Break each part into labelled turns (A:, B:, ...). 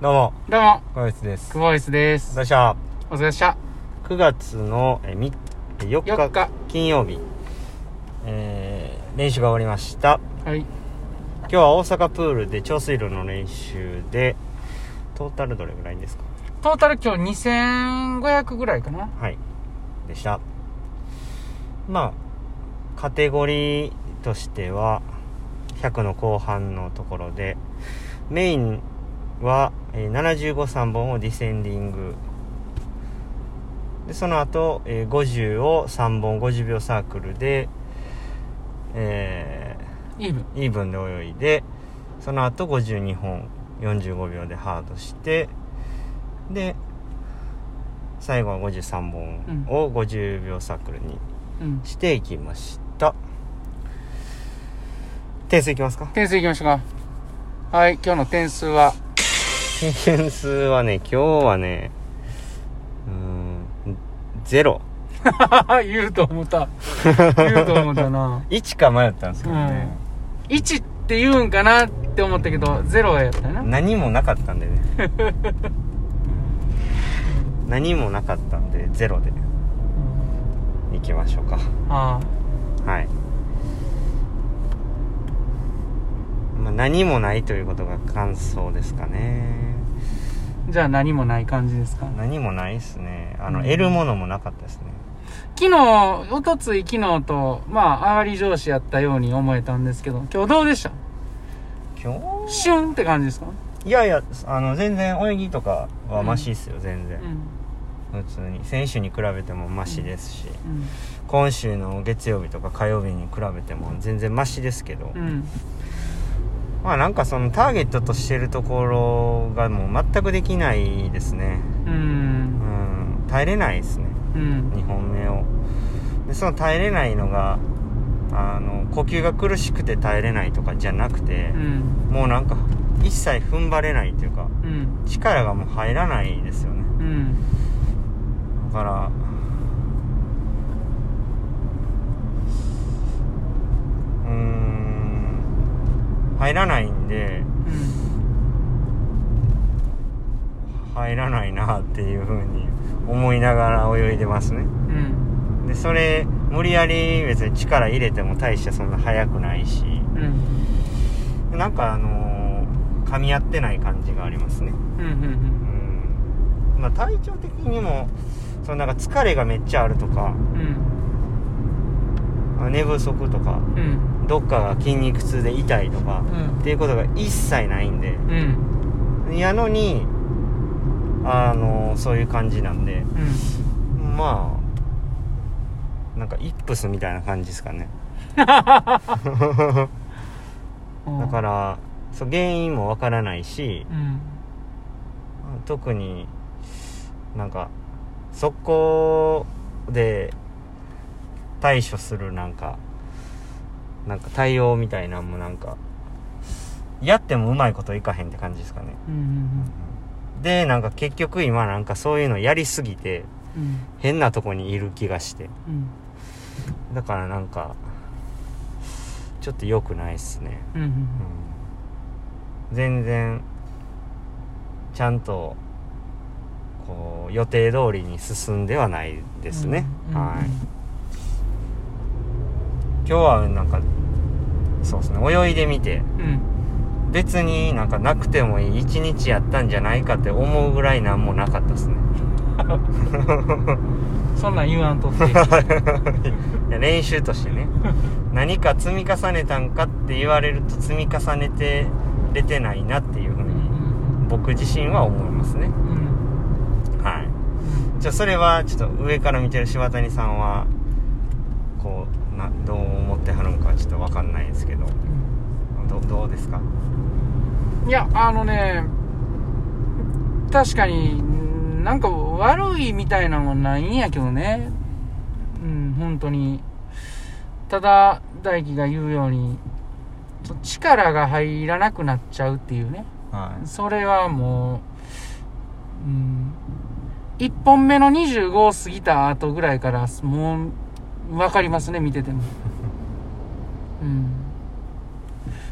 A: どうも、
B: どうも、
A: こいつです。
B: ク
A: ど
B: ボイスで
A: う
B: す。
A: でした
B: お疲れっした。
A: ?9 月のえーみえー4日
B: 4日
A: 金曜日、えー、練習が終わりました。
B: はい。
A: 今日は大阪プールで長水路の練習で、トータルどれぐらいですか
B: トータル今日2500ぐらいかな。
A: はい。でした。まあ、カテゴリーとしては、100の後半のところで、メインは、えー75、3本をディセンディング。で、その後、えー50を3本、50秒サークルで、え
B: イーブン。
A: ーイーブンで泳いで、その後52本、45秒でハードして、で、最後は53本を50秒サークルに
B: うん。
A: していきました。点数いきますか
B: 点数いきましょうか。はい、今日の点数は、
A: 点数はね、今日はね、うーん、ゼロ。
B: 言うと思った。言うと思ったな。
A: 1か迷ったんですけどね、
B: 1って言うんかなって思ったけど、0やったな。
A: 何もなかったんでね。 何もなかったんで、ゼロでいきましょうか。
B: あ
A: はい。まあ、何もないということが感想ですかね。
B: あ。じゃあ何もない感じですか。
A: 何もないですね。あの、
B: うん
A: 得るものもなかったですね。
B: 昨日、おとつい昨日と、まあ、上がり上司やったように思えたんですけど、今日どうでした
A: 今日
B: シュンって感じですか
A: いやいや、あの、全然泳ぎとかはマシっすよ、全
B: う
A: 然。
B: ん。
A: 普通に。先週に比べてもマシですし、
B: うん。
A: 今週の月曜日とか火曜日に比べても全然マシですけど、
B: うん。
A: まあなんかそのターゲットとしてるところがもう全くできないですね。
B: う。
A: うんん、耐えれないですね。
B: うん。
A: 2本目をでその耐えれないのがあの呼吸が苦しくて耐えれないとかじゃなくて
B: う、ん。
A: もうなんか一切踏ん張れないというか
B: うん。
A: 力がもう入らないですよね
B: うん。
A: だからうーん入らないんで
B: うん
A: 入らないなっていう風に思いながら泳いでますね
B: うん
A: でそれ無理やり別に力入れても大してそんな速くないし
B: うん
A: なんかあのー噛み合ってない感じがありますね
B: うんう
A: うんんまあ体調的にもそのなんか疲れがめっちゃあるとか
B: うん
A: あ寝不足とか
B: うんうん
A: どっかが筋肉痛で痛いとかっていうことが一切ないんで
B: うんうん
A: やのにあのーそういう感じなんで
B: うん
A: まあなんかイップスみたいな感じですかねだからそう原因もわからないし
B: うん
A: 特になんかそこで対処するなんかなんか対応みたいなんもなんかやってもうまいこといかへんって感じですかね
B: うんうん
A: でなんか結局今なんかそういうのやりすぎて
B: うん
A: 変なとこにいる気がして
B: うん
A: だからなんかちょっと良くないっすね
B: うんうん
A: うん全然ちゃんとこう予定通りに進んではないですね、
B: うん
A: はい今日はなんかそうですね泳いでみて
B: うん
A: 別になんかなくてもいい一日やったんじゃないかって思うぐらいなんもなかったです ね
B: そんなん言わんとって
A: いや練習としてね何か積み重ねたんかって言われると積み重ねてれてないなっていうふう
B: う
A: に
B: ん
A: 僕自身は思いますね
B: うん
A: はいじゃあそれはちょっと上から見てる柴谷さんはこうなどう思ってはるのかちょっと分かんないですけどどどうですか
B: うんいやあのね確かになんか悪いみたいなのはないんやけどねうん本当にただ大輝が言うようにちょ力が入らなくなっちゃうっていうね
A: は
B: それはもう、うん、1本目の25を過ぎた後ぐらいから もう分かりますね見ててもうん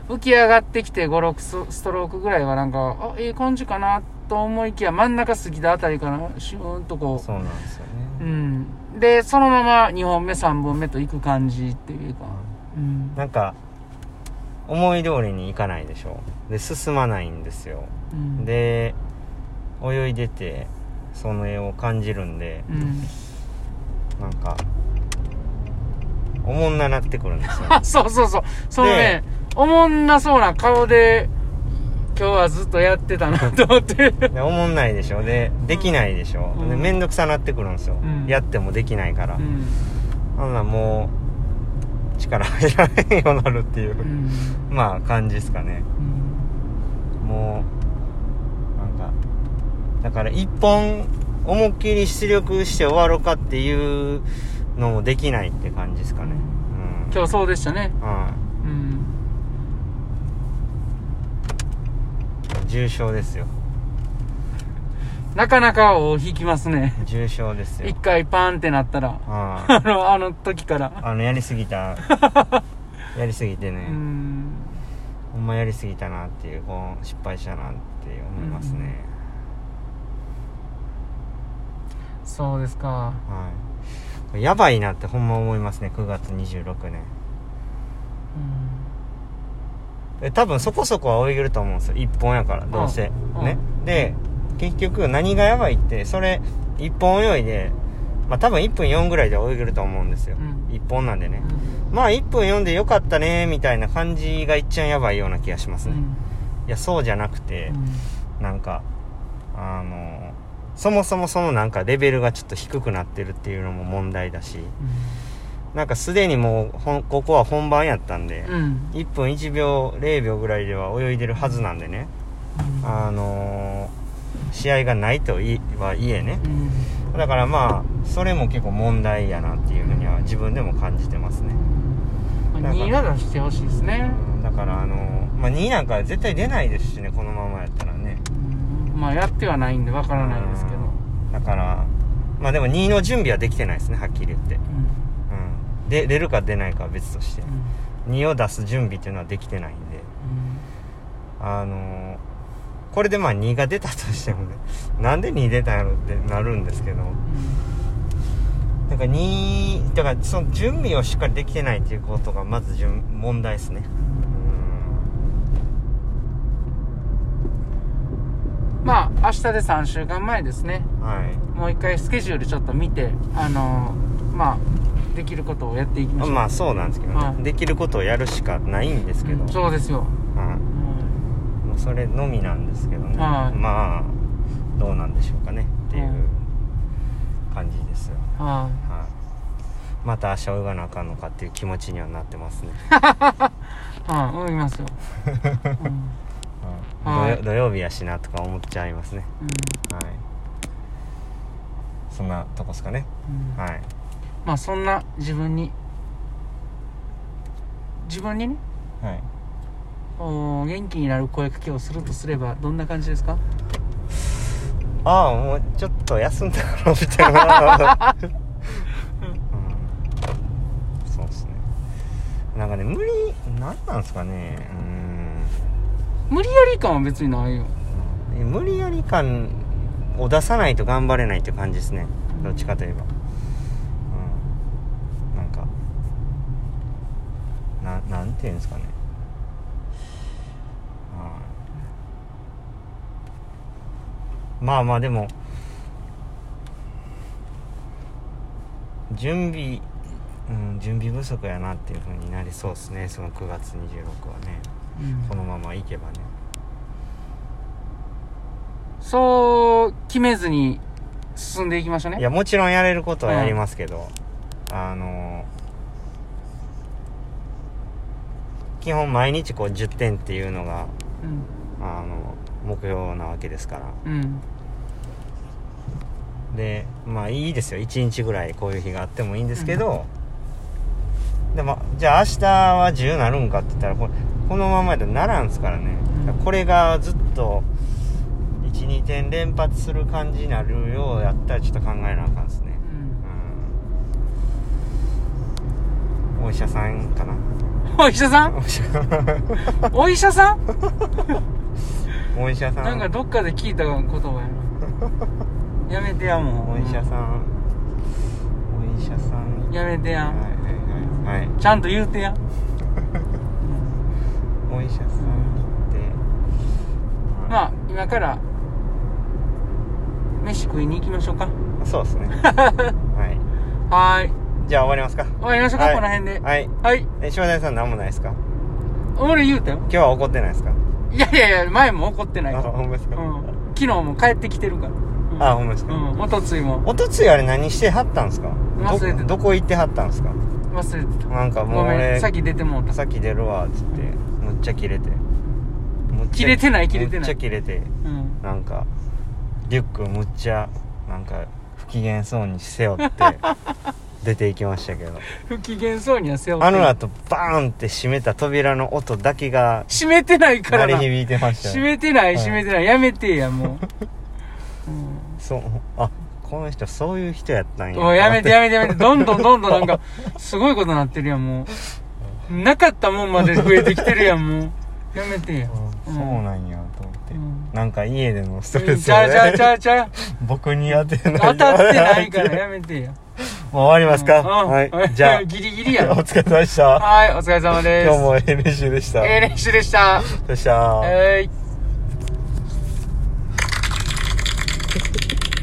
B: 浮き上がってきて5、6スストロークぐらいはなんか、あ、いい感じかなと思いきや、真ん中過ぎたあたりから、シューンとこ
A: そうなんですよ
B: う、う
A: ね、
B: ん。で、そのまま2本目、3本目と行く感じっていうか、うん。
A: なんか思い通りにいかないでしょで進まないんですよ
B: うん、
A: で泳いでてその絵を感じるんで
B: うん。
A: なんかおもんななってくるん ですよ
B: あ、そうそうそう。そのね、おもんなそうな顔で、今日はずっとやってたなと 思って。
A: でおもんないでしょでできないでしょ、
B: うん
A: でめんどくさなってくるんですよ、
B: うん
A: やってもできないから、
B: うん。
A: あんなもう力入らへんようになるっていう、
B: うん。
A: まあ感じですかね
B: うん
A: もうなんかだから一本思いっきり出力して終わろうかっていうのもできないって感じですかねうん
B: 今日そうでしたね。
A: は
B: うん。
A: い重症ですよ
B: なかなかを引きますね。
A: 重症です
B: 一
A: よ
B: 回パーンってなったら。
A: は
B: あの、あの時から。
A: いあのやりすぎたやりすぎて
B: う
A: ね、
B: ん。
A: ほんまやりすぎたなっていうこう失敗したなって思いますね、
B: そうですか。
A: はいこれやばいなってほんま思いますね9月26年
B: うん
A: え多分そこそこは泳げると思うんですよ1本やからどうせ、
B: うん
A: ねで結局何がやばいってそれ1本泳いでまあ多分1分4ぐらいで泳げると思うんですよ、
B: うん
A: 1本なんでねまあ1分4でよかったねみたいな感じがいっちゃんやばいような気がします
B: う
A: ね、
B: ん。
A: いやそうじゃなくて、なんかあのそもそもそのなんかレベルがちょっと低くなってるっていうのも問題だしなんかすでにもうほんここは本番やったんで、
B: うん。うん。
A: 1分1秒0秒ぐらいでは泳いでるはずなんでね、あのー試合がないといはいえね
B: うん
A: だからまあそれも結構問題やなっていうふうには自分でも感じてますね
B: まあ2は出してほしいですね。
A: うんだからあのーまあ、2なんか絶対出ないですしねこのままやったらね
B: まあやってはないんでわからないですけど。
A: うんだからまあでも2の準備はできてないですねはっきり言って、
B: うん
A: うん、で出るか出ないかは別として2を出す準備っていうのはできてないんであのーこれでまあ2が出たとしてもね なんで2出たんやろってなるんですけどなんか2だからその準備をしっかりできてないっていうことがまず順問題ですねうん
B: うんまあ明日で3週間前ですね。
A: はい
B: もう一回スケジュールちょっと見て、あのまあできることをやっていきましょう。
A: まあそうなんですけど、ね
B: はい
A: できることをやるしかないんですけど、
B: そうですよ。
A: はいもうそれのみなんですけどね、
B: はい
A: まあどうなんでしょうかねっていう感じですよ、
B: はい。
A: はい、また明日泳がなあかんのかっていう気持ちにはなってますね
B: はい、うん、い ますよ。うんはい
A: 土曜土曜日やしなとか思っちゃいますね
B: うん
A: はいそんなとこっすかね
B: うん
A: はい
B: まあそんな自分に自分にね
A: はい
B: おー元気になる声かけをするとすればどんな感じですか
A: ああもうちょっと休んだろみたい な、うん、そうですねなんかね無理なんなんですかね
B: 無理やり感は別にないよ
A: うん無理やり感を出さないと頑張れないって感じですねどっちかといえばうんなんかななんていうんですかねうんまあまあでも準備、うん、準備不足やなっていうふうになりそうですねその9月26はね
B: うん
A: このままいけばね
B: そう決めずに進んでいきましょうね
A: いやもちろんやれることはやりますけど、あの基本毎日こう10点っていうのが
B: うん
A: あの目標なわけですから
B: うん
A: でまあいいですよ1日ぐらいこういう日があってもいいんですけど、でもじゃあ明日は10なるんかって言ったらこれこのままでならんすからね
B: うん
A: これがずっと12点連発する感じになるようやったらちょっと考えなあかんですね、
B: うん
A: うんお医者さんかな
B: お医者さん
A: お医者
B: お医者さん
A: お医者さん
B: なんかどっかで聞いた言葉やなやめてやも
A: お
B: う
A: 医者さんお医者さん
B: やめてや
A: はいはいはい、はい
B: ちゃんと言うてや
A: お医者さん行って、
B: まあ今から飯食いに行きましょうか
A: あそう ですねは
B: はーい
A: いじゃあ終わりますか
B: 終わりましょうか、
A: はい
B: この辺で
A: はい
B: はい
A: え島谷さん何もないですか
B: 俺言うたよ
A: 今日は怒ってないですか
B: いやいやいや前も怒ってない
A: あ
B: か
A: ほんまです
B: ら、
A: か、
B: うん、昨日も帰ってきてるから、うん
A: あほんまですか、
B: うんおとついも
A: おとついあれ何してはったんですか
B: 忘れてた
A: どどこ行ってはったんですか
B: 忘れて
A: なんか
B: た
A: もう
B: ごめ
A: 俺
B: んさっき出てもうた
A: さっき出るわっつってむっちゃ切れてむっちゃ
B: 切れてない切れてない
A: むっちゃ切れて
B: うん
A: なんかリュックむっちゃなんか不機嫌そうに背負 って出て行きましたけど
B: 不機嫌そうには背負って
A: あの後バーンって閉めた扉の音だけが
B: 閉めてないから
A: 鳴り
B: な
A: 響いてました
B: 閉
A: よ
B: めてない
A: はい
B: 閉めてない、やめてやもう、
A: そうあこの人そういう人やったん
B: うん、
A: や
B: もうやめてやめてやめてどんどんどんどんなんかすごいことなってるやんもうなかったもんまで増えてきてるやんもうやめてや、
A: うんそうなんやと思って、
B: うん
A: なんか家でのスト
B: う
A: レ
B: ん、
A: ス
B: ちゃうちゃうちゃうちゃう
A: 僕に当てない
B: 当たってないからやめてや
A: もう終わりますか、はいじゃ あ
B: ギリギリやろ
A: お疲れ様でした
B: はいお疲れ様です
A: 今日も NG でした。
B: ええ練習でした
A: でした。
B: はい